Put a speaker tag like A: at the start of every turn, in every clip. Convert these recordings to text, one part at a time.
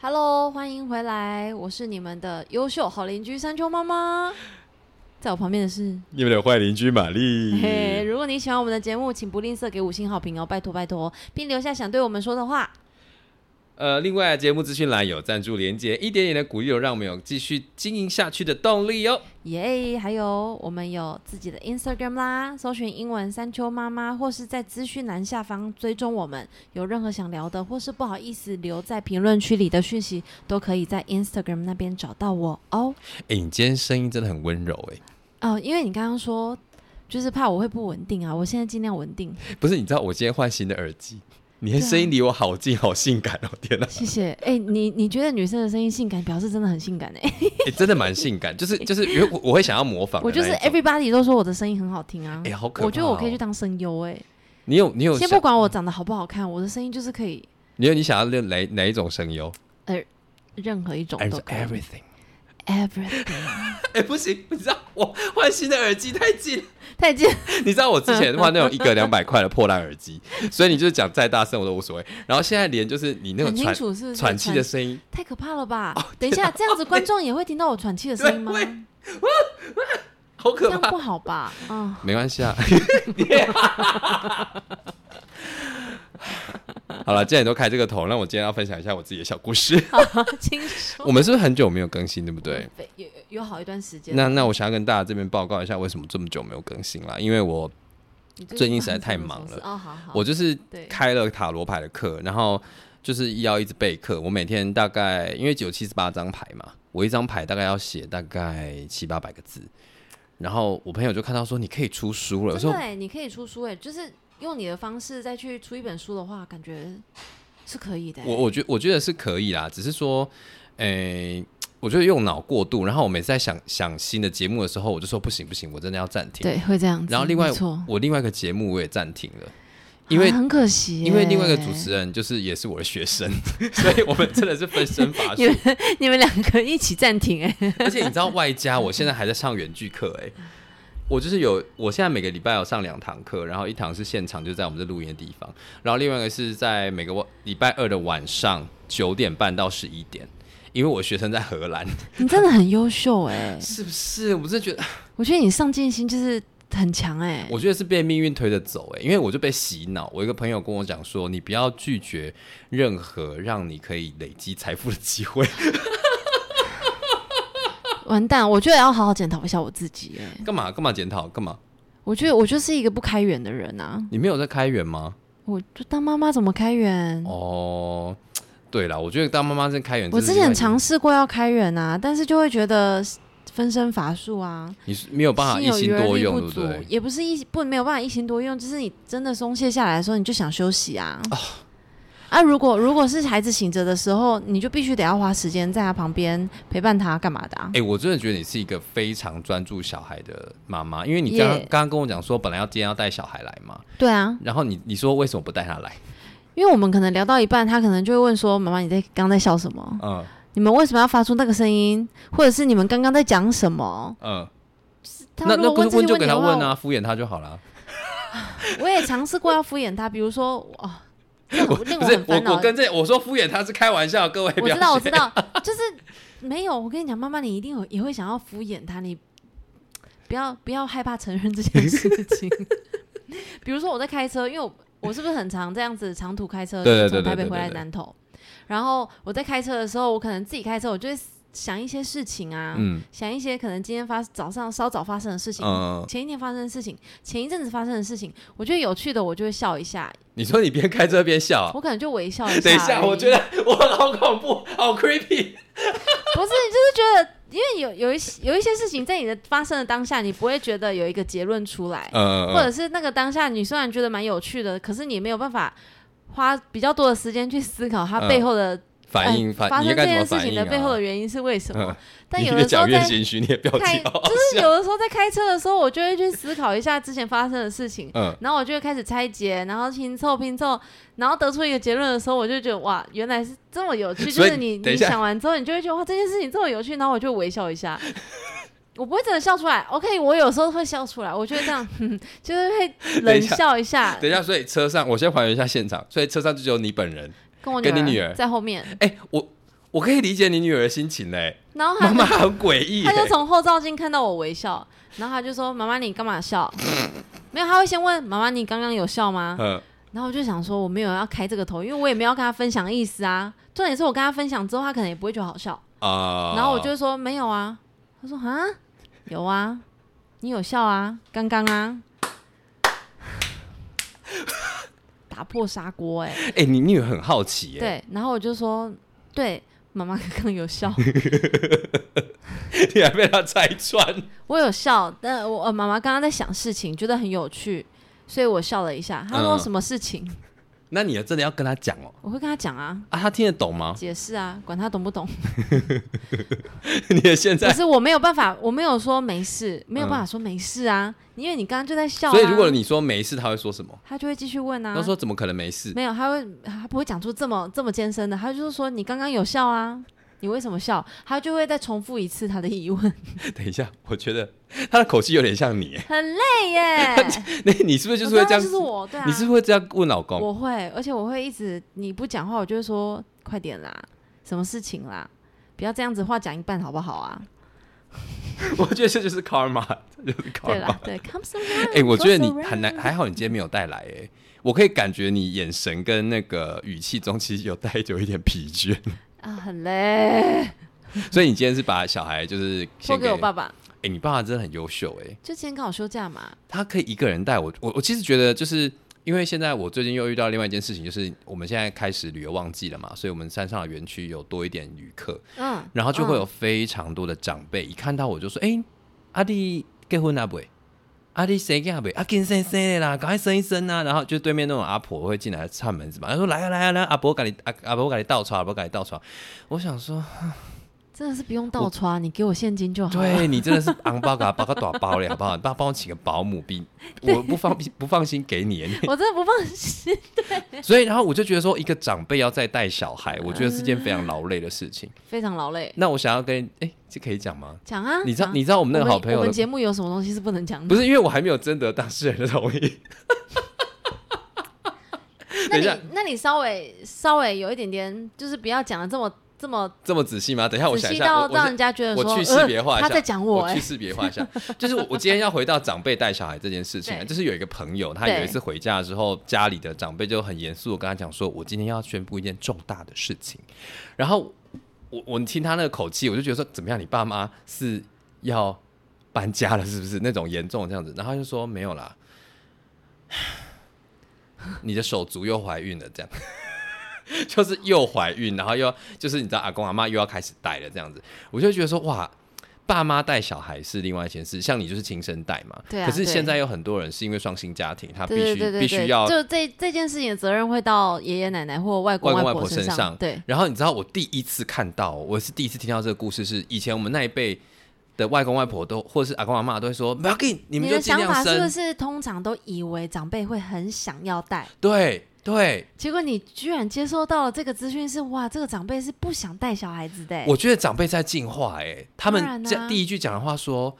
A: Hello，欢迎回来，我是你们的优秀好邻居山丘妈妈，在我旁边的是。
B: 你们的坏邻居玛丽。
A: 嘿，如果你喜欢我们的节目，请不吝啬给五星好评哦，拜托拜托，并留下想对我们说的话。
B: 呃，另外节目资讯栏有赞助连接，一点点的鼓励，让我们有继续经营下去的动力哦。
A: 耶、还有我们有自己的 Instagram 啦，搜寻英文山丘妈妈，或是在资讯栏下方追踪我们。有任何想聊的，或是不好意思留在评论区里的讯息，都可以在 Instagram 那边找到我哦。
B: 哎，你今天声音真的很温柔哎，
A: 哦，因为你刚刚说就是怕我会不稳定啊，我现在尽量稳定。
B: 不是？你知道我今天换新的耳机，你的
A: 对啊
B: 声音离我好近，好性感哦！天哪，
A: 谢谢。哎、你你觉得女生的声音性感，表示真的很性感哎、
B: 哎，真的蛮性感，就是就是，因为我我会想要模仿的
A: 我
B: 那一
A: 就
B: 种。
A: 是 everybody 都说我的声音很好听啊。
B: 哎好可
A: 我觉得我
B: 怕
A: 可以
B: 哦
A: 去当声优哎。
B: 你有你有
A: 先不
B: 想
A: 管我长得好不好看，我的声音就是可以呃
B: 你有你想要练哪哪一种声优
A: 任何一种
B: 哎
A: 都可以。
B: ？Everything。
A: everything
B: 哎，不行，你知道我换新的耳机太近了，
A: 太近，
B: 你知道我之前换那种一个两百块的破烂耳 机，所以你就是讲再大声我都无所谓。然后现在连就是你那
A: 很
B: 种
A: 清
B: 传
A: 楚是不是？
B: 喘气的声音，
A: 太可怕了吧！
B: 哦
A: 等一下，这样子观众也会听到我喘气的声音吗？
B: 对好
A: 这
B: 可
A: 样
B: 怕
A: 不。好吧？ 嗯，
B: 没 关系啊。好了，既然你都开这个头，那我今天要分享一下我自己的小故事。
A: 好，请说。
B: 我们是不是很久没有更新，对不对？
A: 对，有有有好一段时间了。
B: 那那我想要跟大家这边报告一下，为什么这么久没有更新啦？因为我
A: 你
B: 最近实在太忙
A: 发生什么
B: 了
A: 事哦，好好，
B: 我就是
A: 对
B: 开了塔罗牌的课，然后就是要一直备课。我每天大概因为有七十八张牌嘛，我一张牌大概要写大概七八百个字。然后我朋友就看到说你可以出书了，我
A: 真
B: 说
A: 的哎，你可以出书哎，就是用你的方式再去出一本书的话，感觉是可以的哎。
B: 我我觉我觉得是可以啦，只是说，诶、我觉得用脑过度。然后我每次在想想新的节目的时候，我就说不行不行，我真的要暂停。
A: 对，会这样子。
B: 然后另外
A: 没错，
B: 我另外一个节目我也暂停了，因为
A: 啊很可惜，
B: 因为另外一个主持。人就是也是我的学生， 所以我们真的是分身乏 术
A: 你。们 你们两个一起暂停哎、
B: 而且你知道，外加我现在还在上远距课，哎，我就是有，我现在每个礼拜有上两堂课，然后一堂是现场，就在我们这录音的地方，然后另外一个是在每个晚礼拜二的晚上九点半到十一点，因为我学生在荷兰，
A: 你真的很优秀哎、
B: 是不是？我真的觉得，
A: 我觉得你上进心就是很强哎、
B: 我觉得是被命运推着走，哎，因为我就被洗脑。我一个朋友跟我讲说，你不要拒绝任何让你可以累积财富的机会。
A: 完蛋，我觉得要好好检讨一下我自己哎、
B: 干嘛干嘛检讨？干嘛？
A: 我觉得我就是一个不开源的人啊，
B: 你没有在开源吗？
A: 我就当妈妈怎么开源？
B: 哦，对啦，我觉得当妈妈是开源。
A: 我
B: 这是
A: 之前
B: 另外一个
A: 尝试过要开源啊，但是就会觉得分身乏术啊，
B: 你是没有办法
A: 心
B: 一
A: 有余
B: 心
A: 而
B: 多
A: 力
B: 用，
A: 不
B: 对
A: 足
B: 不对？
A: 也不是一不没有办法一心多用，就是你真的松懈下来的时候，你就想休息啊。
B: 哦
A: 啊，如果如果是孩子醒着的时候，你就必须得要花时间在他旁边陪伴他干嘛的、啊
B: 哎、？我真的觉得你是一个非常专注小孩的妈妈，因为你刚刚
A: Yeah
B: 刚刚跟我讲说，本来要今天要带小孩来嘛，
A: 对啊，
B: 然后你你说为什么不带他来？
A: 因为我们可能聊到一半，他可能就会问说：“妈妈，你在刚在笑什么？
B: 嗯
A: 你们为什么要发出那个声音？或者是你们刚刚在讲什么
B: 嗯，？”
A: 他
B: 那
A: 如
B: 那
A: 果
B: 问
A: 这些
B: 就
A: 问
B: 给
A: 题
B: 他
A: 的
B: 问
A: 话，
B: 啊，敷衍他就好了。
A: 我也尝试过要敷衍他，比如说哦， 这
B: 我
A: 样令
B: 不
A: 我
B: 是
A: 很
B: 我
A: 烦恼
B: 我。跟这我说敷衍他是开玩笑，各位
A: 我
B: 不要
A: 知道，我
B: 学
A: 知道，就是没有。我跟你讲，妈妈，你一定有也会想要敷衍他，你不要不要害怕承认这件事情。 比如说我在开车，因为我我是不是很常这样子长途开车，
B: 对对
A: 就从
B: 对对
A: 台北
B: 对
A: 回
B: 对
A: 来
B: 对
A: 南投，然后我在开车的时候，我可能自己开车，我就会想一些事情啊，
B: 嗯
A: 想一些可能今天发早上稍早发生的事情。
B: 嗯，
A: 前一天发生的事情，前一阵子发生的事情，我觉得有趣的，我就会笑一下，
B: 你说你边开车边笑啊、
A: 我可能就微笑一下而已。
B: 等一下，我觉得我好恐怖，好 creepy。
A: 不是，就是觉得，因为有有一些有一些事情在你的发生的当下，你不会觉得有一个结论出来，
B: 嗯
A: 或者是那个当下你虽然觉得蛮有趣的，可是你没有办法花比较多的时间去思考它
B: 嗯
A: 背后的、
B: 反应
A: 呃
B: 反
A: 发
B: 你应
A: 生
B: 该
A: 这
B: 怎么
A: 件事
B: 反
A: 情
B: 应啊
A: 的？背后的原因是为什么。
B: 嗯
A: 但
B: 你
A: 有
B: 越
A: 的时候
B: 讲越
A: 在
B: 心虚，你的表
A: 开，
B: 情好好
A: 就是
B: 笑。
A: 有的时候在开车的时候，我就会去思考一下之前发生的事情。
B: 嗯，
A: 然后我就会开始拆解，然后拼凑拼凑，然后得出一个结论的时候，我就觉得哇，原来是这么有趣。就
B: 所以
A: 是你
B: 等一
A: 你
B: 下
A: 想完之后，你就会觉得哇，这件事情这么有趣，然后我就微笑一下。我不会真的笑出来，OK，我有时候会笑出来，我就会这样，哼就是会冷笑一下。
B: 等一下，所以车上我先还原一下现场，所以车上就只有你本人。
A: 跟我
B: 跟你
A: 女
B: 女儿
A: 在后面，
B: 哎、我我可以理解你女儿的心情嘞，
A: 然后
B: 妈
A: 他
B: 妈很诡异欸
A: 他就
B: 耶，
A: 从后照镜看到我微笑，然后他就说：“妈妈，你干嘛笑？”没有，他会先问：“妈妈，你刚刚有笑吗？”
B: 嗯，
A: 然后我就想说，我没有要开这个头，因为我也没有要跟他分享意思啊。重点是我跟他分享之后，他可能也不会觉得好笑。
B: 啊，
A: 然后我就说没有啊，他说啊，有啊，你有笑啊，刚刚啊，打破砂锅哎、
B: 哎、你女儿很好奇欸耶，
A: 对。然后我就说，对，妈妈刚刚有笑，
B: 你还被她拆穿，
A: 我有笑，但我、呃、妈妈刚刚在想事情，觉得很有趣，所以我笑了一下。她说
B: 嗯
A: 什么事情，
B: 那你真的要跟她讲哦，
A: 我会跟她讲啊，
B: 啊，她听得懂吗？
A: 解释啊，管她懂不懂。
B: 你的现
A: 可
B: 在，
A: 是我没有办法，我没有说没事，没有办法说没事啊，因为你刚刚就在笑、啊。
B: 所以如果你说没事，她会说什么？
A: 他就会继续问啊，
B: 她说怎么可能没事？
A: 没有，他会他不会讲出这么这么艰深的，他就是说你刚刚有笑啊，你为什么笑？他就会再重复一次他的疑 问，
B: 等一下，我觉得她的口气有点像你耶，欸
A: 很累耶。
B: 那你是不是就是会这
A: 我刚刚
B: 样
A: 就？是我，对啊，
B: 你是不是会这样问老公？
A: 我会，而且我会一直你不讲话，我就会说快点啦，什么事情啦，不要这样子话讲一半好不好啊？
B: 我觉得这就是 karma，这就是
A: 对
B: karma
A: 啦。，对，come so right，
B: 哎、我觉得你
A: so right
B: 很难，还好你今天没有带来哎、我可以感觉你眼神跟那个语气中其实有带有一点疲倦，
A: 啊，很累，
B: 所以你今天是把小孩就是
A: 说
B: 先
A: 给我爸爸，
B: 哎、你爸爸真的很优秀哎、
A: 就今天刚好休假嘛，
B: 他可以一个人带我。我我其实觉得，就是因为现在我最近又遇到另外一件事情，就是我们现在开始旅游旺季了嘛，所以我们山上的园区有多一点旅客，
A: 嗯，
B: 然后就会
A: 嗯
B: 有非常多的长辈、一看到我就说：“哎、阿弟结婚了不？阿弟谁结不？阿金生生的啦，赶快生一生啊！”然后就对面那种阿婆会进来串门子嘛，她说：“来啊来啊来啊，阿伯赶你阿阿伯赶你倒茶，阿伯赶你倒茶。”我 想说，
A: 真的是不用倒穿，你给我现金就好了。
B: 对你真的是昂包给他包个大包嘞，好不好？你帮帮我请个保 姆，比我不放不放心给你。 你
A: 我真的不放心。
B: 所以，然后我就觉得说，一个长辈要再带小孩，我觉得是件非常劳累的事情。
A: 非常劳累。
B: 那我想要跟哎，这可以讲吗？
A: 讲啊，
B: 你知道，
A: 讲啊
B: 你知道我们那个好朋
A: 我
B: 友
A: 们
B: 的，
A: 节目有什么东西是不能讲
B: 不
A: 的？
B: 是因为我还没有征得当事人的同意。
A: 那
B: 等一下
A: 你那你稍微稍微有一点点，就是不要讲的这么这么
B: 这么仔细吗？等一下，我
A: 仔
B: 想一
A: 细
B: 下，
A: 到
B: 我
A: 让
B: 我
A: 人家觉得
B: 我
A: 说，
B: 去
A: 呃
B: 识别化一下，
A: 他在讲我
B: 我
A: 哎
B: 去，识别化一下， 就是我我今天要回到长辈带小孩这件事情啊，
A: 对
B: 就是有一个朋友，他
A: 对
B: 有一次回家的时候，家里的长辈就很严肃的跟他讲说，我今天要宣布一件重大的事情，然后我我听他那个口气，我就觉得说怎么样，你爸妈是要搬家了是不是那种严重这样子？然后他就说没有啦，你的手足又怀孕了这样。 就是又怀孕，然后又就是你知道阿公阿妈又要开始带了这样子，我就觉得说哇，爸妈带小孩是另外一件事，像你就是亲生带嘛。
A: 对啊
B: 可是
A: 对
B: 现在有很多人是因为双薪家庭，他必
A: 对对对
B: 须
A: 对
B: 必
A: 对
B: 须要。
A: 就这这件事情的责任会到爷爷奶奶或外公
B: 外公
A: 外
B: 外婆
A: 身
B: 身上
A: 对，
B: 然后你知道我第一次看到，我是第一次听到这个故事是，以前我们那一辈的外公外婆都或者是阿公阿妈都会说不要紧，你们就
A: 的
B: 尽
A: 想
B: 量
A: 法是不
B: 生。
A: 是通常都以为长辈会很想要带？
B: 对对，
A: 结果你居然接收到了这个资讯是哇，这个长辈是不想带小孩子的欸。
B: 我觉得长辈在进化哎、他
A: 当然
B: 们
A: 啊
B: 这、第一句讲的话说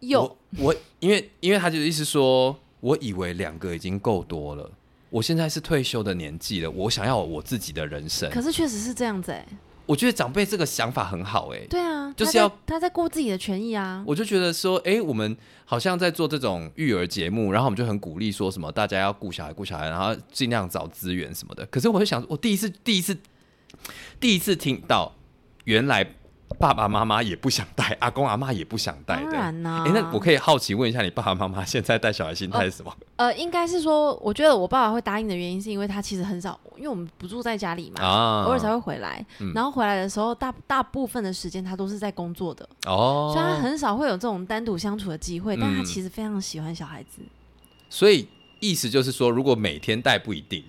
A: 有
B: 我我因为因为他就意思说，我以为两个已经够多了，我现在是退休的年纪了，我想要我自己的人生。
A: 可是确实是这样子哎、
B: 我觉得长辈这个想法很好哎、
A: 对啊，
B: 就是
A: 他在
B: 要
A: 他在顾自己的权益啊，
B: 我就觉得说，哎、我们好像在做这种育儿节目，然后我们就很鼓励说什么大家要顾小孩、顾小孩，然后尽量找资源什么的。可是我就想，哦我第一次、第一次、第一次听到，原来爸爸妈妈也不想带，阿公阿妈也不想带
A: 当
B: 的。哎、
A: 然啊啦、
B: 那我可以好奇问一下，你爸爸妈妈现在带小孩心态是什么？
A: 呃，应该是说，我觉得我爸爸会答应的原因，是因为他其实很少，因为我们不住在家里嘛，
B: 啊嗯
A: 偶尔才会回来。然后回来的时候，大大部分的时间他都是在工作的，
B: 哦，
A: 所以他很少会有这种单独相处的机会。但他
B: 嗯
A: 其实非常喜欢小孩子，
B: 所以意思就是说，如果每天带不一定，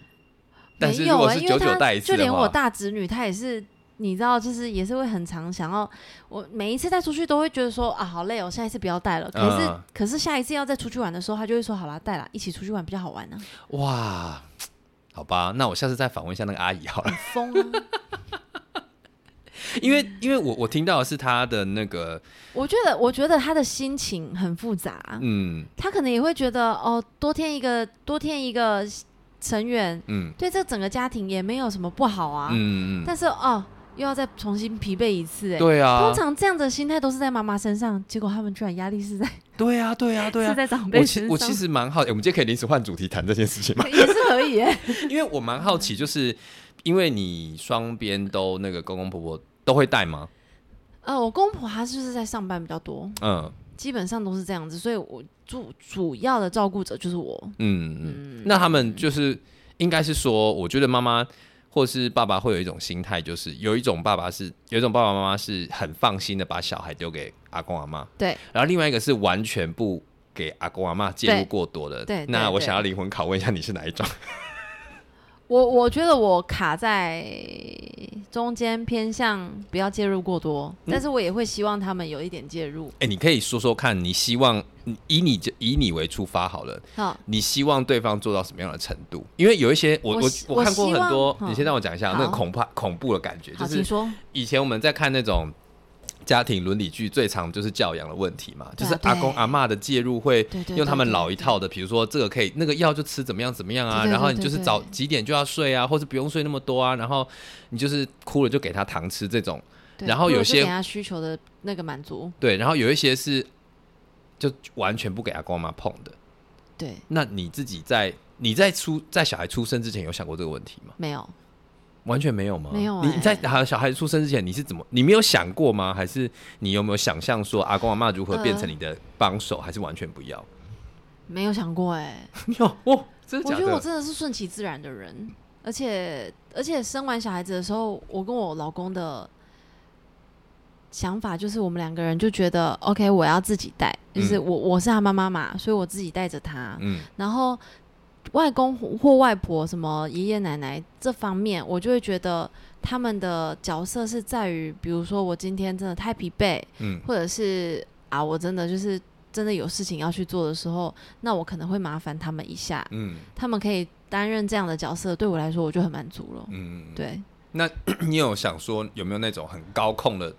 B: 但是
A: 没
B: 如
A: 有
B: 果
A: 啊、
B: 是
A: 因
B: 久
A: 为
B: 久
A: 他
B: 带一
A: 就
B: 次的
A: 连我
B: 话，
A: 大侄女，她也是。你知道，就是也是会很常想要，我每一次带出去都会觉得说啊，好累哦，下一次不要带了。可是，
B: 嗯
A: 可是下一次要再出去玩的时候，他就会说好啦，带啦，一起出去玩比较好玩啊。
B: 哇，好吧，那我下次再访问一下那个阿姨好了。
A: 很疯啊！
B: 因为因为我我听到的是他的那个
A: 我觉得，我觉得他的心情很复杂，
B: 嗯
A: 他可能也会觉得哦，多添一个多添一个成员，
B: 嗯
A: 对这整个家庭也没有什么不好啊。
B: 嗯嗯，
A: 但是哦，又要再重新疲惫一次、哎、
B: 对啊
A: 通，常这样的心态都是在妈妈身上，结果他们居然压力是在、
B: 对啊，对啊，对
A: 是
B: 啊。
A: 在长辈
B: 我其
A: 身上，
B: 我 其实蛮好，诶我们今天可以临时换主题谈这件事情吗？
A: 也是可以、哎，
B: 因为我蛮好奇，就是因为你双边都那个公公婆婆都会带吗？
A: 呃，我公婆她就是在上班比较多，
B: 嗯
A: 基本上都是这样子，所以我主主要的照顾者就是我。
B: 嗯嗯。那他们就是应该是说，我觉得妈妈或是爸爸会有一种心态，就是有一种爸爸是有一种爸爸妈妈是很放心的把小孩丢给阿公阿妈，
A: 对，
B: 然后另外一个是完全不。给阿公阿妈介入
A: 对
B: 过多的，
A: 对对
B: 那我
A: 对
B: 想要灵魂拷问一下，你是哪一种？
A: 我我觉得我卡在中间，偏向不要介入过多，
B: 嗯
A: 但是我也会希望他们有一点介入。
B: 哎、你可以说说看，你希望你以你这以你为出发好了，
A: 好，
B: 你希望对方做到什么样的程度？因为有一些我
A: 我
B: 我
A: 希
B: 我看过
A: 我希望
B: 很多，
A: 嗯
B: 你先让我讲一下
A: 好
B: 那个恐怕恐怖的感觉，
A: 好，
B: 就
A: 请
B: 是
A: 说。
B: 以前我们在看那种家庭伦理剧，最常就是教养的问题嘛，就
A: 对啊
B: 是阿公
A: 对
B: 阿嬷的介入会
A: 对对
B: 用他们老一
A: 对对
B: 套的，比如说这个可以，那个药就吃怎么样怎么样啊，
A: 对对对
B: 然后你就是
A: 对对
B: 早几点就要睡啊，或者不用睡那么多啊，然后你就是哭了就给他糖吃这种，
A: 对
B: 然后有
A: 或者是
B: 些
A: 给他需求的那个满足，
B: 对，然后有一些是就完全不给阿公阿嬷碰的。
A: 对，
B: 那你自己在你在出在小孩出生之前有想过这个问题吗？
A: 没有，
B: 完全没有吗？
A: 没有
B: 你
A: 欸
B: 你在好小孩出生之前，你是怎么？你没有想过吗？还是你有没有想象说阿公阿妈如何变成你的帮手？还是完全不要？
A: 没有想过哎、
B: 你有哦，真的
A: 我
B: 假
A: 觉
B: 的？
A: 得我真的是顺其自然的人，而且而且生完小孩子的时候，我跟我老公的想法就是，我们两个人就觉得，OK，我要自己带，就是
B: 嗯
A: 我、我是他妈妈嘛，所以我自己带着他，
B: 嗯
A: 然后外公或或外婆、什么爷爷奶奶这方面，我就会觉得他们的角色是在于，比如说我今天真的太疲惫，
B: 嗯
A: 或者是啊，我真的就是真的有事情要去做的时候，那我可能会麻烦他们一下，
B: 嗯
A: 他们可以担任这样的角色，对我来说我就很满足了。
B: 嗯，嗯。
A: 对，
B: 那你有想说有没有那种很高控的？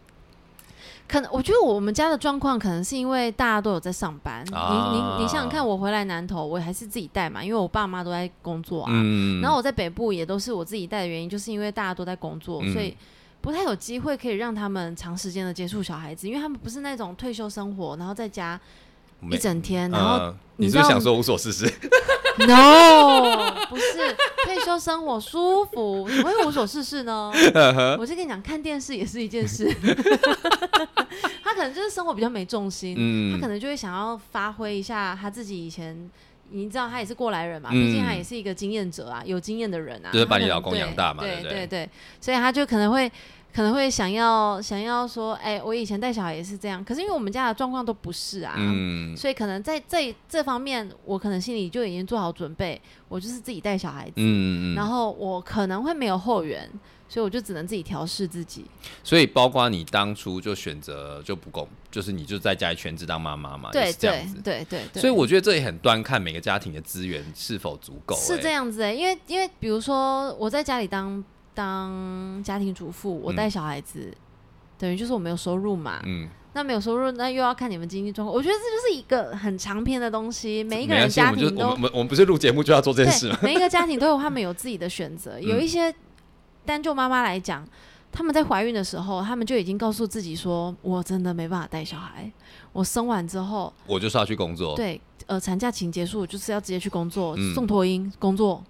A: 可能我觉得我们家的状况可能是因为大家都有在上班，
B: 啊
A: 你你你想想看，我回来南投，我还是自己带嘛，因为我爸妈都在工作啊。
B: 嗯
A: 然后我在北部也都是我自己带的原因，就是因为大家都在工作，
B: 嗯
A: 所以不太有机会可以让他们长时间的接触小孩子，因为他们不是那种退休生活，然后在家一
B: 没
A: 整天，然后
B: 嗯
A: 你知
B: 你是
A: 道
B: 不是想说无所事事？
A: no，不是退休生活舒服，怎么会无所事事呢？
B: 嗯
A: 我是跟你讲，看电视也是一件 事。他可能就是生活比较没重心，他
B: 嗯
A: 可能就会想要发挥一下他自己以前。你知道他也是过来人嘛，
B: 嗯
A: 毕竟他也是一个经验者啊，有经验的人啊，
B: 就是把
A: 他可能
B: 你老公
A: 对
B: 养大嘛
A: 对
B: 对不
A: 对
B: 对
A: 对，所以他就可能会可能会想要想要说，哎、我以前带小孩也是这样，可是因为我们家的状况都不是啊，
B: 嗯
A: 所以可能在这这方面，我可能心里就已经做好准备，我就是自己带小孩子，
B: 嗯嗯
A: 然后我可能会没有后援，所以我就只能自己调试自己。
B: 所以包括你当初就选择就不公，就是你就在家里全职当妈妈嘛，啊也
A: 对
B: 是这
A: 对
B: 样子。
A: 对对对，
B: 所以我觉得这也很端看每个家庭的资源是否足够、
A: 是这
B: 欸，
A: 样子哎、因为因为比如说我在家里当当家庭主妇，我带小孩子。等于就是我没有收入嘛，
B: 嗯，
A: 那没有收入，那又要看你们经济状况。我觉得这就是一个很长篇的东西，每一个
B: 没
A: 人
B: 关系
A: 家
B: 我
A: 庭
B: 们就
A: 都
B: 我们我们不是录节目就要做这件事
A: 对
B: 吗？， 嗯
A: 每一个家庭都有他们有自己的选择。有一些单就妈妈来讲，他们在怀孕的时候，他们就已经告诉自己说：“我真的没办法带小孩，我生完之后，
B: 我就是要去工作，
A: 对，呃，产假请结束，我就是要直接去工作，
B: 哦嗯
A: 送托婴工作。”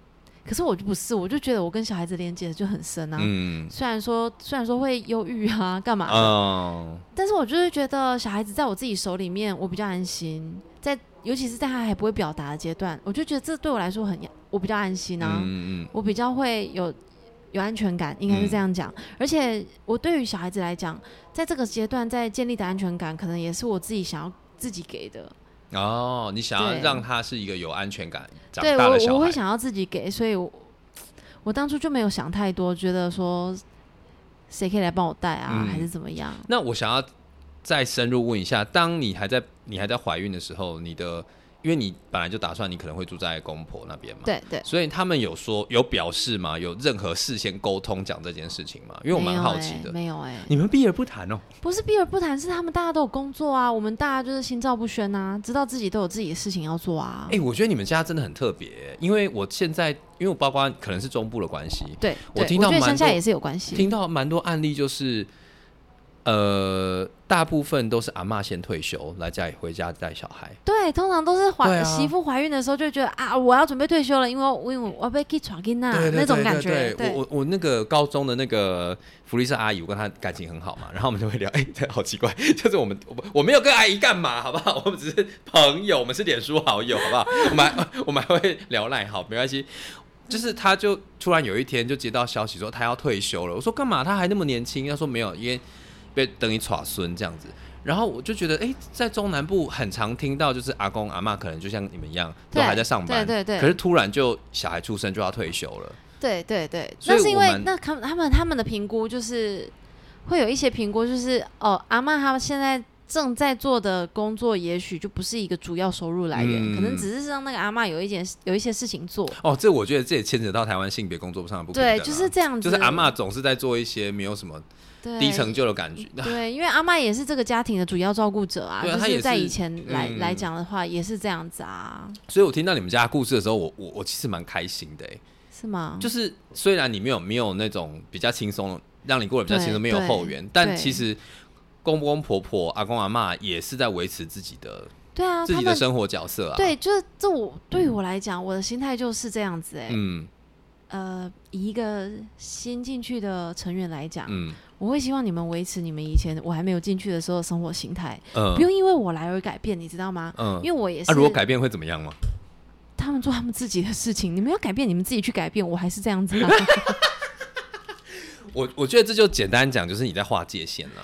A: 可是我就不是，我就觉得我跟小孩子连接就很深啊。
B: 嗯
A: 虽然说虽然说会忧郁啊，干嘛的
B: 嗯，
A: 但是我就是觉得小孩子在我自己手里面，我比较安心。在尤其是在他还不会表达的阶段，我就觉得这对我来说很，我比较安心啊。
B: 嗯嗯
A: 我比较会有有安全感，应该是这样讲。而且我对于小孩子来讲，在这个阶段在建立的安全感，可能也是我自己想要自己给的。
B: 嗯，哦，你想要
A: 对
B: 让他是一个有安全感长
A: 对
B: 大
A: 我
B: 的小
A: 我
B: 孩
A: 会，想要自己给，所以我我当初就没有想太多，觉得说谁可以来帮我带啊，
B: 嗯
A: 还是怎么样？
B: 那我想要再深入问一下，当你还在你还在怀孕的时候，你的因为你本来就打算你可能会住在公婆那边嘛，
A: 对对，
B: 所以他们有说有表示吗？有任何事先沟通讲这件事情吗？因为我蛮好奇的，
A: 没有哎、
B: 你们避而不谈哦。
A: 不是避而不谈，是他们大家都有工作啊，我们大家就是心照不宣啊呐、知道自己都有自己的事情要做啊。
B: 哎、我觉得你们家真的很特别耶，因为我现在因为我包括可能是中部的关系，
A: 对，
B: 我
A: 对
B: 听到
A: 觉得
B: 蛮
A: 乡下
B: 多
A: 也是有关系。
B: 听到蛮多案例就是，呃，大部分都是阿嬷先退休来家里回家带小孩，
A: 对，通常都是怀、
B: 对啊
A: 媳妇怀孕的时候就觉得啊，我要准备退休了，因为我因为我要被 k 闯进那
B: 对
A: 啊
B: 对
A: 那种
B: 对
A: 感
B: 对
A: 觉。
B: 对我
A: 对，
B: 我我那个高中的那个福利社阿姨，我跟她感情很好嘛，然后我们就会聊，哎、这好奇怪， 就是我们我我没有跟阿姨干嘛，好不好？我们只是朋友，我们是脸书好友，好不好？我们还 我们还会聊赖，好，没关系。就是她就突然有一天就接到消息说她要退休了，我说干嘛？她还那么年轻？她说没有，因为被等于耍孙这样子。然后我就觉得，哎、在中南部很常听到，就是阿公阿嬷可能就像你们一样，都
A: 对
B: 还在上班，
A: 对对对
B: 可是突然就小孩出生就要退休了。
A: 对对对，
B: 所以
A: 那是因
B: 我
A: 为
B: 们
A: 那他们他们他们的评估就是会有一些评估，就是哦，阿嬷他们现在正在做的工作，也许就不是一个主要收入来源，
B: 嗯
A: 可能只是让那个阿嬷有一件有一些事情做。
B: 哦，这我觉得这也牵扯到台湾性别工作上的不平等啊、
A: 对，就是这样子。
B: 就是阿嬷总是在做一些没有什么
A: 对
B: 低成就的感觉。
A: 对，因为阿嬷也是这个家庭的主要照顾者啊，
B: 对啊
A: 就
B: 她也
A: 在
B: 是
A: 以前来、
B: 嗯
A: 来讲的话，也是这样子啊，
B: 所以我听到你们家的故事的时候，我我我其实蛮开心的、欸，
A: 是吗？
B: 就是虽然你没有没有那种比较轻松，让你过得比较轻松，
A: 对
B: 没有后援，但
A: 对
B: 其实公公婆婆、阿公阿嬷也是在维持自己的
A: 对啊，
B: 自
A: 他
B: 己的
A: 们
B: 生活角色啊。，
A: 对，就是这我对于我来讲，我的心态就是这样子哎、
B: 嗯
A: 呃，以一个新进去的成员来讲，
B: 嗯
A: 我会希望你们维持你们以前我还没有进去的时候的生活形态，
B: 嗯
A: 不用因为我来而改变，你知道吗？
B: 嗯。
A: 因为我也是，
B: 那、如果改变会怎么样吗？
A: 他们做他们自己的事情，你们要改变，你们自己去改变，我还是这样 子、啊。
B: 我我觉得这就简单讲，就是你在划界限了、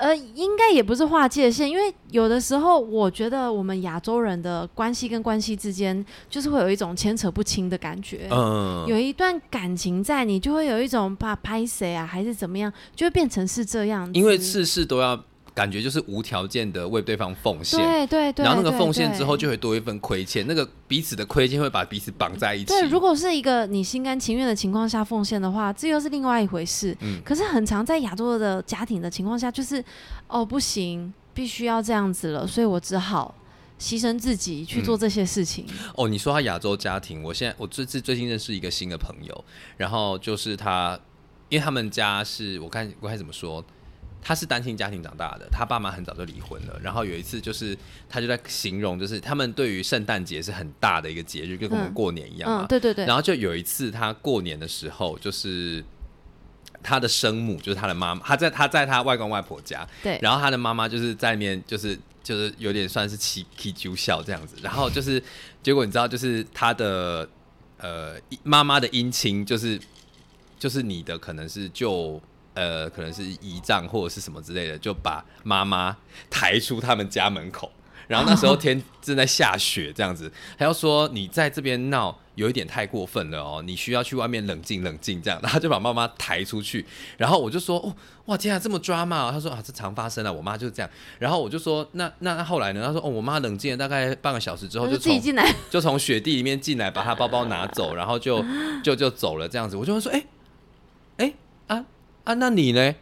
A: 呃，应该也不是划界限，因为有的时候我觉得我们亚洲人的关系跟关系之间，就是会有一种牵扯不清的感觉。
B: 嗯，
A: 有一段感情在，你就会有一种怕拍谁啊，还是怎么样，就会变成是这样子。
B: 因为事事都要感觉就是无条件的为对方奉献，
A: 对对对，
B: 然后那个
A: 对
B: 奉献之后，
A: 对
B: 就会多一份亏欠，那个彼此的亏欠会把彼此绑在一起。
A: 对，如果是一个你心甘情愿的情况下奉献的话，这又是另外一回事。
B: 嗯
A: 可是很常在亚洲的家庭的情况下，就是哦不行，必须要这样子了，所以我只好牺牲自己去
B: 嗯
A: 做这些事情。
B: 哦，你说他亚洲家庭，我现在我最最最近认识一个新的朋友，然后就是他，因为他们家是我看我该怎么说，他是单亲家庭长大的，他爸妈很早就离婚了。然后有一次就是他就在形容，就是他们对于圣诞节是很大的一个节日，就跟我们
A: 嗯
B: 过年一样嘛。
A: 嗯，对对对，
B: 啊然后就有一次，他过年的时候，就是他的生母，就是他的妈妈，他在他在他外公外婆家，
A: 对
B: 然后他的妈妈就是在那边，就是就是有点算是起起酒笑这样子。然后就是结果你知道，就是他的呃妈妈的姻亲，就是就是你的可能是就。呃，可能是姨丈或者是什么之类的，就把妈妈抬出他们家门口。然后那时候天正在下雪，这样子，还要说你在这边闹有一点太过分了哦，你需要去外面冷静冷静这样。然后 他就把妈妈抬出去，然后我就说，哦，哇，天啊，这么抓嘛、哦？他说啊，这常发生啊，我妈就是这样。然后我就说，那那后来呢？他说，哦，我妈冷静了大概半个小时之后
A: 我
B: 就
A: 就自己
B: 从
A: 进来，
B: 就从雪地里面进来，把他包包拿走，然 后就就就走了这样子。我就会说，哎、哎、啊啊，那你呢？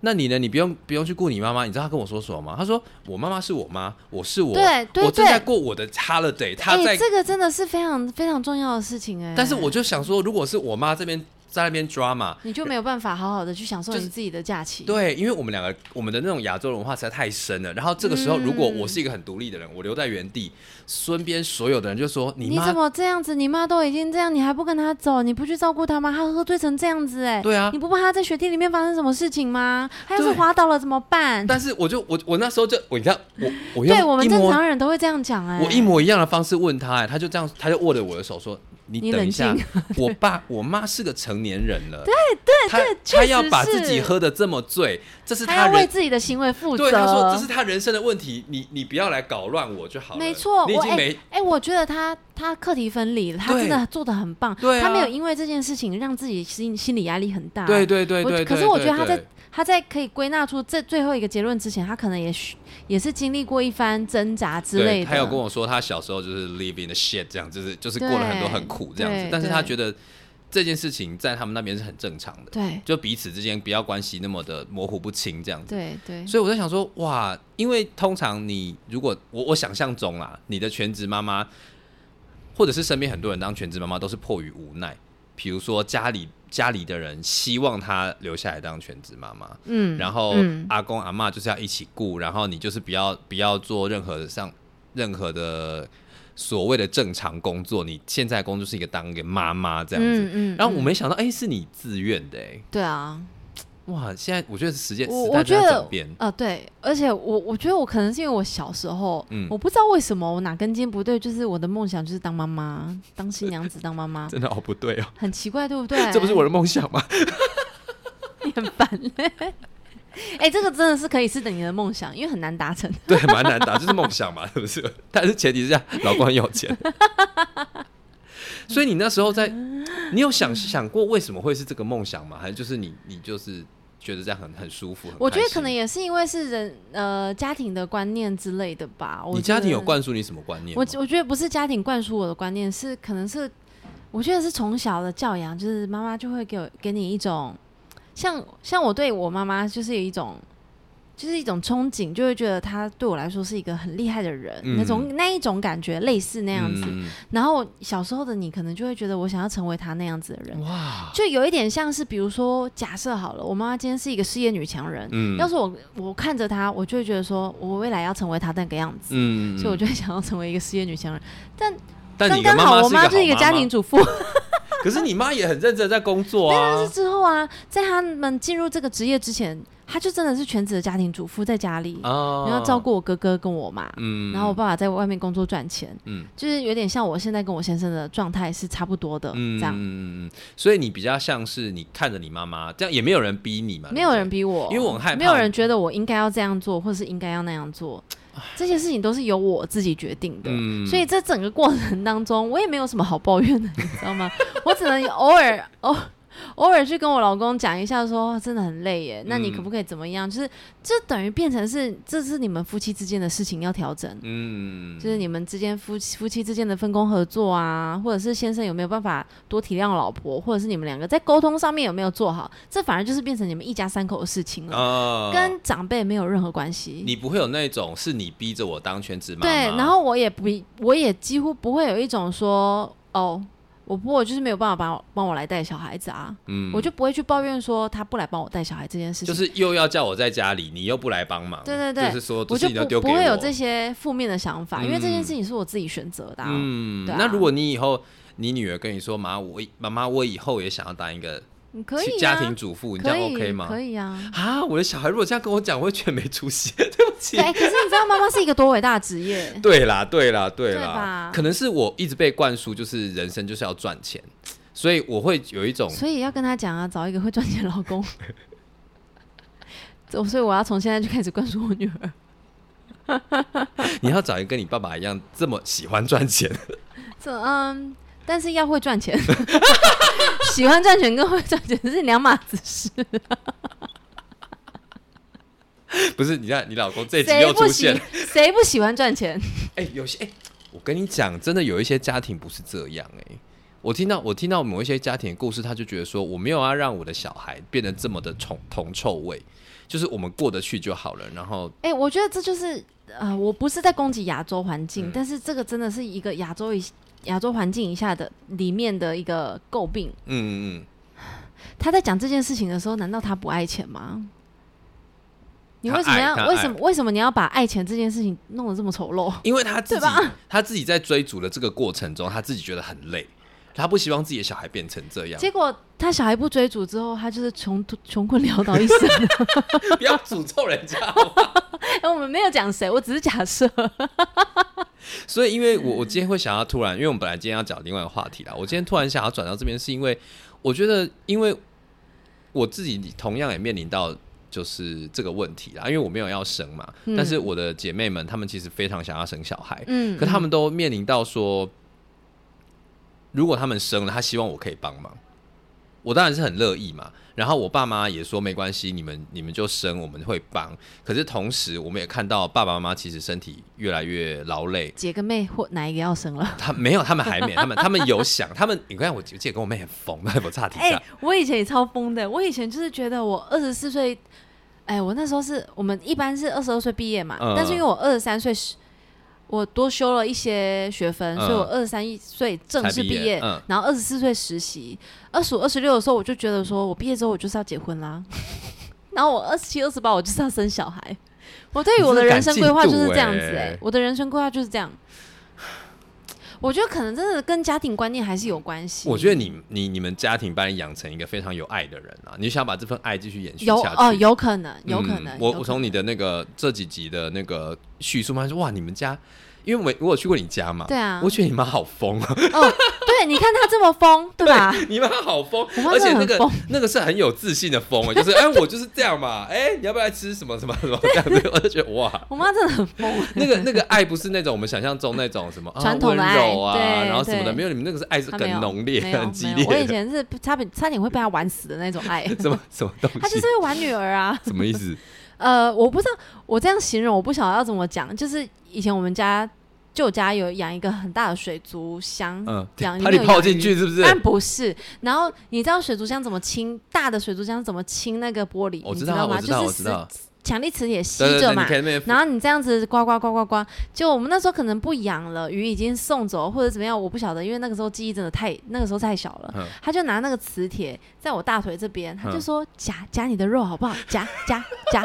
B: 那你呢？你不用不用去顾你妈妈，你知道他跟我说什么吗？他说我妈妈是我妈，我是我，
A: 对对
B: 我正在
A: 对
B: 过我的 holiday，他
A: 哎、
B: 在。
A: 这个真的是非常非常重要的事情哎、
B: 但是我就想说，如果是我妈这边在那边 drama，
A: 你就没有办法好好的去享受
B: 就
A: 你
B: 是
A: 自己的假期。
B: 对，因为我们两个我们的那种亚洲文化实在太深了。然后这个时候，
A: 嗯
B: 如果我是一个很独立的人，我留在原地，身边所有的人就说你
A: 你
B: 妈
A: 怎么这样子？你妈都已经这样，你还不跟她走？你不去照顾她吗？她喝醉成这样子、哎，
B: 对啊
A: 你不怕她在雪地里面发生什么事情吗？她要是
B: 对
A: 滑倒了怎么 办？
B: 但是我就我我那时候就我你看我我用
A: 对我们
B: 一
A: 正
B: 模
A: 常人都会这样讲、哎，
B: 我一模一样的方式问他、哎，他就这样，他就握着我的手说：“
A: 你
B: 你等
A: 冷
B: 一下
A: 静，
B: 我爸我妈是个成年人了，对对他他
A: 确
B: 要
A: 实
B: 把自己
A: 是
B: 喝的这么醉，这是
A: 她
B: 他
A: 要为
B: 人。”
A: 自己的行为负责。
B: 对，他说这是他人生的问题，你你不要来搞乱我就好了。
A: 没错，
B: 你已
A: 我
B: 经
A: 哎
B: 没、
A: 哎我觉得她她课题分离了，她
B: 对
A: 真的做的很棒。
B: 对啊
A: 她没有因为这件事情让自己心心理压力很大。
B: 对对对
A: 啊我
B: 对对。
A: 可是我觉得
B: 对
A: 他在
B: 对
A: 他在可以归纳出这最后一个结论之前，他可能也许也是经历过一番挣扎之类
B: 对，
A: 的。
B: 他有跟我说，他小时候就是 live in the shit 这样，就是就是过了很
A: 对
B: 多很苦这样子
A: 对，
B: 但是他
A: 对
B: 觉得这件事情在他们那边是很正常的，
A: 对
B: 就彼此之间不要关系那么的模糊不清这样子。
A: 对对，
B: 所以我在想说，哇，因为通常你如果我我想象中啦，你的全职妈妈，或者是身边很多人当全职妈妈都是迫于无奈，比如说家里家里的人希望她留下来当全职妈妈，
A: 嗯，
B: 然后
A: 嗯
B: 阿公阿嬷就是要一起顾，然后你就是不要不要做任何的上任何的所谓的正常工作，你现在的工作是一个当一个妈妈这样子。
A: 嗯嗯，
B: 然后我
A: 嗯
B: 没想到，哎、是你自愿的、哎，
A: 对啊，
B: 哇！现在我觉得时间
A: 我
B: 时
A: 我
B: 代
A: 觉
B: 在
A: 得
B: 转变，
A: 呃对，而且我我觉得我可能是因为我小时候，
B: 嗯
A: 我不知道为什么我哪根筋不对，就是我的梦想就是当妈妈，当新娘子，当妈妈，
B: 真的哦，不对哦，
A: 很奇怪，对不啊对？
B: 这不是我的梦想吗？
A: 很烦 嘞。哎、这个真的是可以是等你的梦想，因为很难 达成。
B: 对，蛮难打，就是梦想嘛，是不是？但是前提是这样，老公很有钱。所以你那时 候在，你有想想过为什么会是这个梦想吗？还是就是你你就是觉得这样很很舒服？很
A: 我觉得
B: 开心
A: 可能也是因为是人呃家庭的观念之类的吧。我
B: 你
A: 觉
B: 家庭
A: 得
B: 有灌输你什么观念吗？
A: 我我觉得不是家庭灌输我的观念，是可能是我觉得是从小的教养，就是妈妈就会给我给你一种像像我对我妈妈就是有一种就是一种憧憬，就会觉得她对我来说是一个很厉害的人，
B: 嗯
A: 那种那一种感觉类似那样子。
B: 嗯
A: 然后小时候的你可能就会觉得我想要成为她那样子的人，
B: 哇，
A: 就有一点像是比如说假设好了，我妈妈今天是一个事业女强人，
B: 嗯
A: 要是我我看着她，我就会觉得说我未来要成为她那个样子。
B: 嗯
A: 所以我就
B: 觉
A: 会想要成为一个事业女强人。
B: 但
A: 刚
B: 你的
A: 刚
B: 妈
A: 好，我
B: 妈
A: 就是
B: 是
A: 一
B: 个
A: 个
B: 好
A: 家
B: 妈妈
A: 庭，主妇。
B: 可是你妈也很认真地在工作
A: 但
B: 啊
A: 是。 之后啊，在他们进入这个职业之前，她就真的是全职的家庭主妇，在家里，
B: 啊
A: 然后照，顾我哥哥跟我妈，
B: 嗯
A: 然后我爸爸在外面工作赚钱，
B: 嗯
A: 就是有点像我现在跟我先生的状态是差不多的，
B: 嗯
A: 这
B: 嗯
A: 样
B: 嗯嗯，所以你比较像是你看着你妈妈，这样也没有人逼你嘛，
A: 没有
B: 对不对
A: 人逼我，
B: 因为我很害怕
A: 没有人觉得我应该要这样做，或是应该要那样做。这些事情都是由我自己决定的，
B: 嗯
A: 所以这整个过程当中，我也没有什么好抱怨的，你知道吗？我只能偶尔偶偶尔去跟我老公讲一下说真的很累耶，那你
B: 嗯
A: 可不可以怎么样？就是这等于变成是这是你们夫妻之间的事情要调整，
B: 嗯，
A: 就是你们之间夫妻夫妻之间的分工合作啊，或者是先生有没有办法多体谅老婆，或者是你们两个在沟通上面有没有做好，这反而就是变成你们一家三口的事情了，
B: 啊
A: 跟长辈没有任何关系。
B: 你不会有那种是你逼着我当全职妈妈，
A: 对，然后我也不，我也几乎不会有一种说，哦，我婆就是没有办法帮我帮我来带小孩子啊，
B: 嗯
A: 我就不会去抱怨说他不来帮我带小孩这件事
B: 就
A: 情。
B: 是又要叫我在家里，你又不来帮忙，
A: 对对对
B: 就是说
A: 我
B: 事
A: 就
B: 情都丢
A: 不
B: 给
A: 不
B: 我
A: 会有这些负面的想法，因为这件
B: 嗯
A: 事情是我自己选择的、啊。
B: 嗯，
A: 对啊
B: 那如果你以后你女儿跟你说妈，我妈妈我以后也想要当一个
A: 你可以、啊、
B: 家庭主妇，你这样
A: 可以
B: OK 吗？
A: 可以啊。
B: 啊，我的小孩如果这样跟我讲，我会觉得没出息， 对不起，
A: 对，。哎可是你知道妈妈是一个多伟大的职业
B: 对啦，对啦，对
A: 对
B: 啦
A: 吧，
B: 可能是我一直被灌输，就是人生就是要赚钱，所以我会有一种
A: 所以要跟她讲啊，找一个会赚钱的老公。 这所以我要从现在就开始灌输我女儿，
B: 你要找一个跟你爸爸一样这么喜欢赚钱，
A: 这嗯，但是要会赚钱， 喜欢赚钱跟会赚钱是两码子事。
B: 不是？你看你老公这一集
A: 谁
B: 又
A: 不
B: 哎出
A: 喜
B: 现了，
A: 谁不喜欢赚钱？
B: 哎、有些哎、我跟你讲，真的有一些家庭不是这样哎、我听到我听到某一些家庭的故事，他就觉得说，我没有要让我的小孩变得这么的重铜臭味，就是我们过得去就好了。然后，
A: 哎、我觉得这就是呃，我不是在攻击亚洲环
B: 嗯
A: 境，但是这个真的是一个亚洲以亚洲环境以下的里面的一个诟病。
B: 嗯嗯
A: 他在讲这件事情的时候，难道他不爱钱吗？你为什么
B: 他爱
A: 要
B: 他爱
A: 为什么为什么你要把爱钱这件事情弄得这么丑陋
B: 嗯？，因为他自己
A: 对吧
B: 他自己在追逐的这个过程中，他自己觉得很累，他不希望自己的小孩变成这样。
A: 结果他小孩不追逐之后，他就是穷途穷困潦倒一生。
B: 不要诅咒人家 好吗
A: 哎 我们没有讲谁，我只是假设。
B: 所以，因为我我今天会想要突然，因为我们本来今天要讲另外一个话题啦，我今天突然想要转到这边，是因为我觉得，因为我自己同样也面临到就是这个问题啦，因为我没有要生嘛，
A: 嗯
B: 但是我的姐妹们她们其实非常想要生小孩，
A: 嗯，
B: 可她们都面临到说，如果她们生了，她希望我可以帮忙，我当然是很乐意嘛。然后我爸妈也说没关系，你们你们就生，我们会帮。可是同时，我们也看到爸爸妈妈其实身体越来越劳累。
A: 姐跟妹或哪一个要生了？
B: 他没有，他们还没，他们他们有想，他们你看我我姐跟我妹很疯，我差点
A: 哎、我以前也超疯的，我以前就是觉得我二十四岁，哎、我那时候是我们一般是二十二岁毕业嘛，
B: 嗯
A: 但是因为我二十三岁是。我多修了一些学分，
B: 嗯
A: 所以我二十三岁正式
B: 才毕
A: 毕
B: 业
A: 业，
B: 嗯
A: 然后二十四岁实习，二十五、二十六的时候我就觉得说，我毕业之后我就是要结婚 啦，然后我二十七、二十八我就是要生小孩，我对于我的人生规划就是这样子、
B: 你真
A: 欸，
B: 的赶进度欸
A: 我的人生规划就是这样，我觉得可能真的跟家庭观念还是有关系，
B: 我觉得你你你们家庭把你养成一个非常有爱的人啊，你想把这份爱继续延续
A: 有
B: 下去。
A: 哦、有可能，有可
B: 嗯
A: 能。有
B: 我我
A: 可能
B: 从你的那个这几集的那个叙述嘛，说哇，你们家，因为我我有去过你家 嘛，
A: 对啊
B: 我觉得你妈好疯啊，
A: 哦， 对，你看他这么疯，对吧？
B: 你妈好疯
A: 我妈，
B: 而且
A: 真的
B: 那
A: 很
B: 个
A: 疯
B: 那个是很有自信的疯欸，就是哎，我就是这样嘛，哎，你要不要来吃什么什么什么这样子，我就觉得哇。
A: 我妈真的很 疯，
B: 那个那个爱不是那种我们想象中那种什么啊
A: 传统的爱
B: 温柔啊，
A: 对
B: 然后什么的，
A: 对
B: 没有你们那个是爱是
A: 她
B: 更
A: 没有
B: 浓烈、
A: 没有
B: 很激
A: 没有
B: 烈
A: 我以
B: 的，
A: 前是差点差点会被他玩死的那种 爱，
B: 什么什么东
A: 他就
B: 西
A: 是，会玩女儿啊。
B: 什么意思？
A: 呃，我不知道我这样形容，我不晓得要怎么讲。就是以前我们家舅家有养一个很大的水族箱，
B: 嗯，
A: 养
B: 把
A: 里
B: 你
A: 面有
B: 泡
A: 养
B: 进
A: 鱼
B: 去是不是？
A: 但不是。然后你知道水族箱怎么清？大的水族箱怎么清那个玻璃？
B: 我
A: 你
B: 知
A: 知
B: 道啊，
A: 吗？
B: 我知道，
A: 就
B: 我
A: 是
B: 知
A: 磁
B: 道。
A: 强力磁铁吸
B: 对对
A: 着
B: 对，你
A: 嘛，
B: 可以那边
A: 然后你这样子刮刮刮刮刮，就我们那时候可能不养了，鱼已经送走或者怎么样，我不晓得，因为那个时候记忆真的太那个时候太小了。
B: 嗯
A: 他就拿那个磁铁在我大腿这边，他就
B: 嗯
A: 说夹夹你的肉好不好？夹夹夹，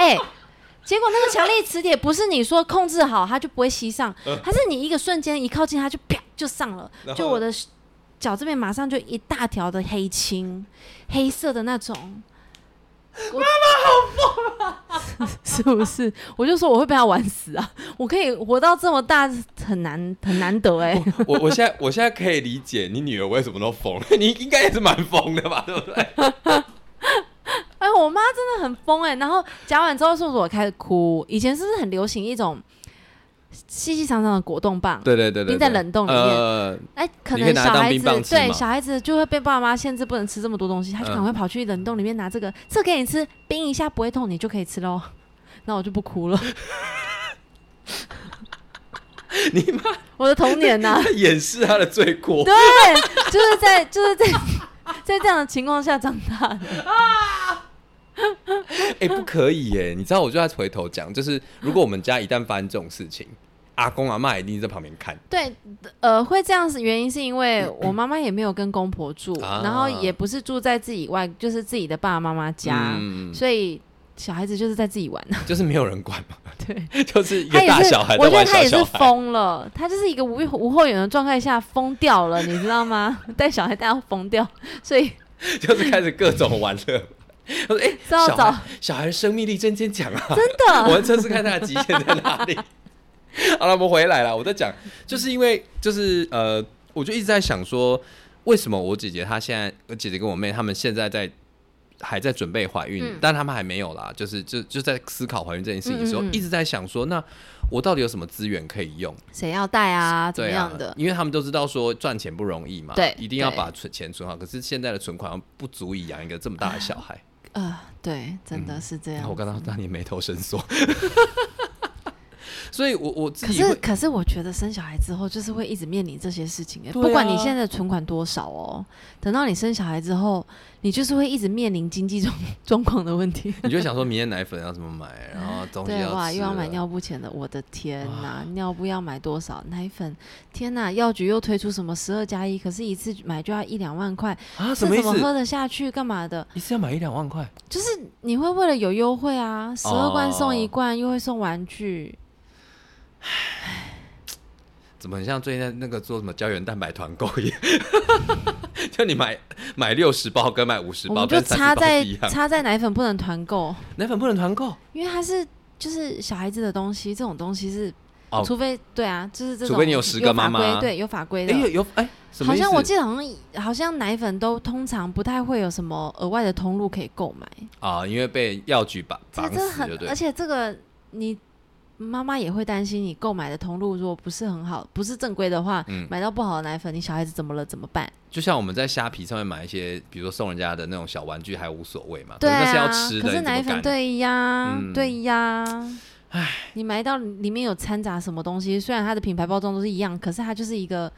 A: 哎、结果那个强力磁铁不是你说控制好它就不会吸上，它是你一个瞬间一靠近它就啪就上了，
B: 嗯然后
A: 就我的脚这边马上就一大条的黑青，黑色的那种。妈妈好疯、啊， 是不是？我就说我会被他玩死啊！我可以活到这么大，很难很难得哎、
B: 我我现在我现在可以理解你女儿为什么都疯了，你应该也是蛮疯的吧，对不对？
A: 哎，我妈真的很疯哎、然后夹完之后，是不是我开始哭？以前是不是很流行一种细细长长的果冻棒？
B: 对对对对，
A: 冰在冷冻里面
B: 呃，
A: 哎，可
B: 你可以
A: 能
B: 拿
A: 小
B: 它当
A: 孩
B: 冰棒
A: 子
B: 吃
A: 对
B: 嘛
A: 小孩子就会被爸妈限制不能吃这么多东西，他就
B: 嗯
A: 赶快跑去冷冻里面拿这个，这给你吃，冰一下不会痛，你就可以吃喽。那我就不哭了，
B: 你妈
A: 我的童年啊呐、
B: 在掩饰她的罪过。
A: 对， 就是在就是在在这样的情况下长大的，
B: 哎、不可以耶！你知道，我就在回头讲，就是如果我们家一旦发生这种事情，阿公阿妈一定在旁边看。
A: 对，呃，会这样是原因是因为我妈妈也没有跟公婆住，
B: 啊
A: 然后也不是住在自己以外，就是自己的爸爸妈妈家，
B: 嗯，
A: 所以小孩子就是在自己玩。
B: 就是没有人管嘛，
A: 对，
B: 就是一
A: 他
B: 个
A: 也
B: 大
A: 是，
B: 小孩
A: 我觉
B: 在
A: 得
B: 玩
A: 他
B: 小
A: 也是
B: 小孩。
A: 疯了，他就是一个无无后援的状态下疯掉了，你知道吗？带小孩带到疯掉，所以
B: 就是开始各种玩乐。 我说：“哎、
A: 知道
B: 小
A: 找
B: 孩小孩的生命力真坚强啊！
A: 真
B: 我
A: 的
B: 们测试看他的极限在哪里。 好了，我们回来了。我在讲，就是因为就是呃，我就一直在想说，为什么我姐姐她现在，我姐姐跟我妹她们现在在还在准备怀孕，
A: 嗯
B: 但她们还没有啦，就是就就在思考怀孕这件事情的时候，
A: 嗯嗯嗯
B: 一直在想说，那我到底有什么资源可以用？
A: 谁要带啊？怎么
B: 对
A: 样的
B: 啊？？因为他们都知道说赚钱不容易嘛，
A: 对
B: 一定要
A: 对
B: 把存钱存好。可是现在的存款不足以养一个这么大的小孩。
A: 呃，对，真的是这
B: 那
A: 样。
B: 我刚刚当年眉头 深锁。所以我，我自
A: 可
B: 己会
A: 是，可是我觉得生小孩之后，就是会一直面临这些事情、欸。
B: 对啊
A: 不管你现在的存款多少哦，等到你生小孩之后，你就是会一直面临经济状状况的问题。
B: 你就想说明天奶粉要怎么买，然后东西
A: 对
B: 要
A: 哇，又
B: 吃啊
A: 要买
B: 了
A: 尿布钱的，我的天呐！尿布要买多少？奶粉，天呐！药局又推出什么十二加一可是一次买就要一两万块，
B: 啊？
A: 这
B: 什么意
A: 怎么喝
B: 思？
A: 得下去？干嘛的？
B: 一次要买一两万块？
A: 就是你会为了有优惠啊，十二罐送一
B: 哦
A: 罐，又会送玩具。
B: 怎么很像最近在那个做什么胶原蛋白团购一样？ 就你买买六十包跟买五十
A: 我
B: 包
A: 们就
B: 跟三
A: 差
B: 十包
A: 在
B: 是一样，
A: 差在奶粉不能团购，
B: 奶粉不能团购
A: 因为它是就是小孩子的东西，这种东西是。
B: 哦
A: 除非对啊，就是这种
B: 除非你有十个
A: 有法
B: 妈妈
A: 规对，有法规
B: 哎、
A: 的。
B: 有有哎、什么
A: 好
B: 意思？
A: 像我记得好像好像奶粉都通常不太会有什么额外的通路可以购买，
B: 啊，因为被药局绑
A: 这
B: 绑
A: 这
B: 死，
A: 很呃
B: 对不，对
A: 而？且这个你妈妈也会担心你购买的通路如果不是很好，不是正规的话，
B: 嗯
A: 买到不好的奶粉，你小孩子怎么了怎么办？
B: 就像我们在虾皮上面买一些，比如说送人家的那种小玩具还无所谓嘛，
A: 对
B: 可
A: 啊，
B: 是那是要吃的，
A: 可是奶
B: 你怎
A: 粉
B: 么敢？
A: 对呀，
B: 嗯
A: 对呀。你买到里面有掺杂什么东西？虽然它的品牌包装都是一样，可是它就是一个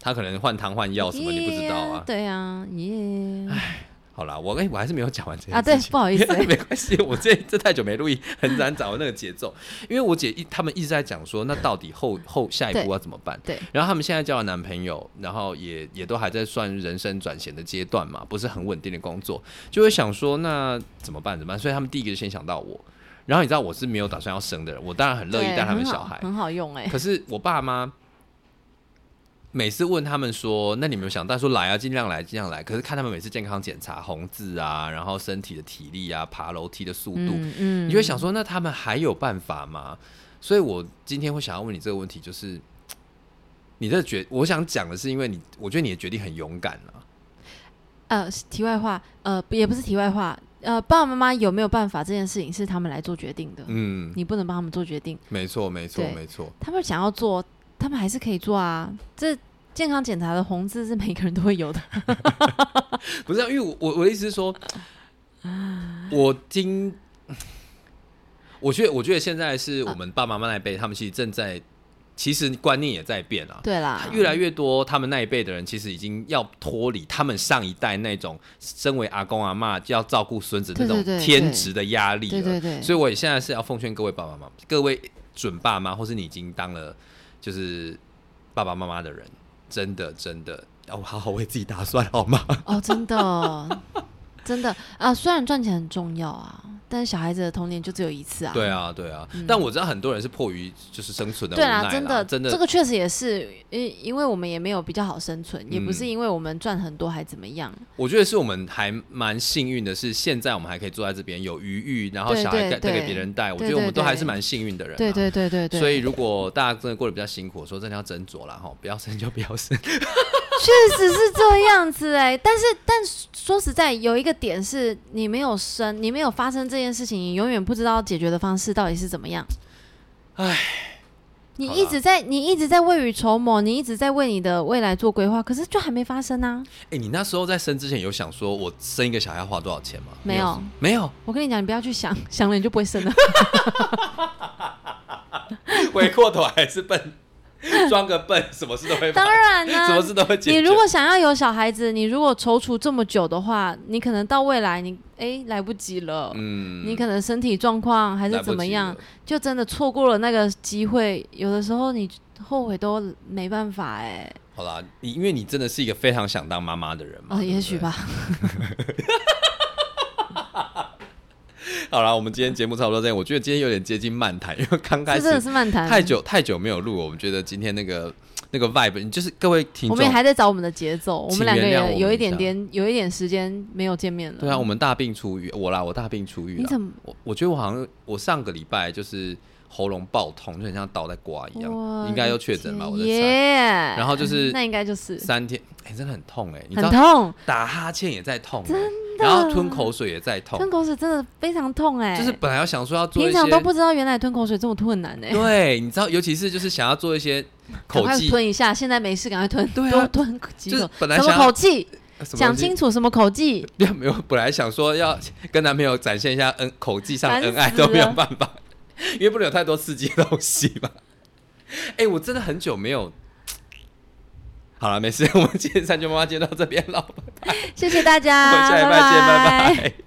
B: 他可能换汤换药什么，你不知道啊
A: 耶。对啊，耶
B: 好啦，我哎、我还是没有讲完这件
A: 啊，对
B: 事，情。，
A: 不好意思
B: 没关系，我这这太久没录音，很难找到那个节奏。 因为我姐一他们一直在讲说，那到 底后后下一步要怎么办？
A: 对对
B: 然后他们现在交了男朋友，然后也也都还在算人生转型的阶段嘛，不是很稳定的工作，就会想说那怎么办？怎么办？所以他们第一个就先想到我。然后你知道我是没有打算要生的人，我当然很乐意
A: 对
B: 带他们
A: 很
B: 小
A: 好
B: 孩，
A: 很好用哎。
B: 可是我爸妈每次问他们说：“那你们有想到说来啊，尽量来，尽量来。”可是看他们每次健康检查红字啊，然后身体的体力啊，爬楼梯的速度，
A: 嗯嗯
B: 你就会想说：“那他们还有办法吗？”所以，我今天会想要问你这个问题，就是你的决，我想讲的是，因为你，我觉得你的决定很勇敢啊。
A: 呃，题外话，呃，也不是题外话，呃，爸爸妈妈有没有办法这件事情是他们来做决定的，
B: 嗯，
A: 你不能帮他们做决定。
B: 没错，没错，
A: 对
B: 没错。
A: 他们想要做，他们还是可以做啊。这健康检查的红字是每个人都会有的。
B: 不是啊、因为我我我的意思是说，我听，我觉得我觉得现在是我们爸爸妈妈那一辈，他们其实正在，其实观念也在变啊。
A: 对啦，
B: 越来越多他们那一辈的人，其实已经要脱离他们上一代那种身为阿公阿妈要照顾孙子那
A: 对
B: 种
A: 对对
B: 天职的压力了。
A: 对对对，
B: 所以我也现在是要奉劝各位爸爸妈妈、各位准爸妈，或是你已经当了就是爸爸妈妈的人，真的真的要好好为自己打算好吗？
A: 哦，真的， 真的啊，虽然赚钱很重要啊，但是小孩子的童年就只有一次啊。
B: 对啊，对啊，但我知道很多人是迫于就是生存的无
A: 对
B: 奈
A: 啦，真的，
B: 真的，
A: 这个确实也是，因因为我们也没有比较好生存，也不是
B: 嗯啊
A: 因为我们赚很多还怎么样，
B: 我觉得是我们还蛮幸运的，是现在我们还可以坐在这边有余裕，然后
A: 对
B: 小孩
A: 对
B: 带带
A: 对
B: 给别人带，我
A: 对
B: 觉得我
A: 对
B: 们都
A: 对
B: 还是蛮幸运的人、啊。
A: 对对对对对，
B: 所以，如果大家真的过得比较辛苦，我说真的要斟酌啦， 哈，不要生就不要生。
A: 确实是这样子哎、但是但说实在，有一个点是你没有生，你没有发生这件事情，你永远不知道解决的方式到底是怎么样。你
B: 好
A: 一
B: 啦
A: 直在，你一直在未雨绸缪，你一直在为你的未来做规划，可是就还没发生啊！
B: 哎、你那时候在生之前有想说我生一个小孩要花多少钱吗？
A: 没有，
B: 没有，
A: 我跟你讲，你不要去想， 想了你就不会生了。
B: 回过头还是笨，装个笨，什么事都会发
A: 当
B: 生，
A: 然 啦、
B: 什么事都会解
A: 你
B: 决。
A: 如果想要有小孩子，你如果踌躇这么久的话，你可能到未来你哎来不及了，
B: 嗯
A: 你可能身体状况还是怎么样
B: 来不及，了
A: 就真的错过了那个机会。有的时候你后悔都没办法哎、
B: 好啦，你因为你真的是一个非常想当妈妈的人
A: 哦，
B: 嘛，啊对不
A: 也许
B: 对。
A: 吧。
B: 好啦，我们今天节目差不多这样，我觉得今天有点接近漫谈，因为刚开
A: 这真的
B: 始
A: 是漫谈，
B: 太久太久没有录了，我们觉得今天那个那个 vibe，你就是各位听
A: 我
B: 众
A: 们也，还在找我们的节奏。我
B: 请
A: 们两个
B: 原谅我们
A: 也有一
B: 一
A: 点
B: 下
A: 点，有一点时间没有见面了。
B: 对啊，我们啊大病初愈，我啦，我大病初愈
A: 你
B: 啦
A: 怎。么？
B: 我我觉得我好像我上个礼拜就是喉咙爆痛，就很像刀在刮一样，
A: 我
B: 应该又
A: 的
B: 确诊吧？
A: 天
B: 我在猜。
A: 耶。
B: 然后就是
A: 那应该就是
B: 三天，哎、真的很痛哎、你知
A: 很
B: 道
A: 痛，
B: 打哈欠也在痛、欸，然后吞口水也在痛
A: 吞，口水真的非常痛哎、
B: 就是本来要想说要做一
A: 平
B: 些，
A: 常都不知道原来吞口水这么困难 呢、
B: 对，你知道，尤其是就是想要做一些口
A: 赶快
B: 技，
A: 吞一下，现在没事，赶快吞，
B: 对啊
A: 多吞几
B: 就是
A: 口。
B: 本来
A: 什么
B: 想要
A: 口气？
B: 呃什么
A: 讲
B: 东西
A: 清楚什么口气？
B: 对，没有，本来想说要跟男朋友展现一下恩 口技上的恩爱，
A: 烦死了
B: 都没有办法，因为不能有太多刺激的东西吧。 哎、我真的很久没有。好了，没事，我们今天三舅妈妈今天到这边了，
A: 谢谢大家，
B: 我们下礼拜见，拜拜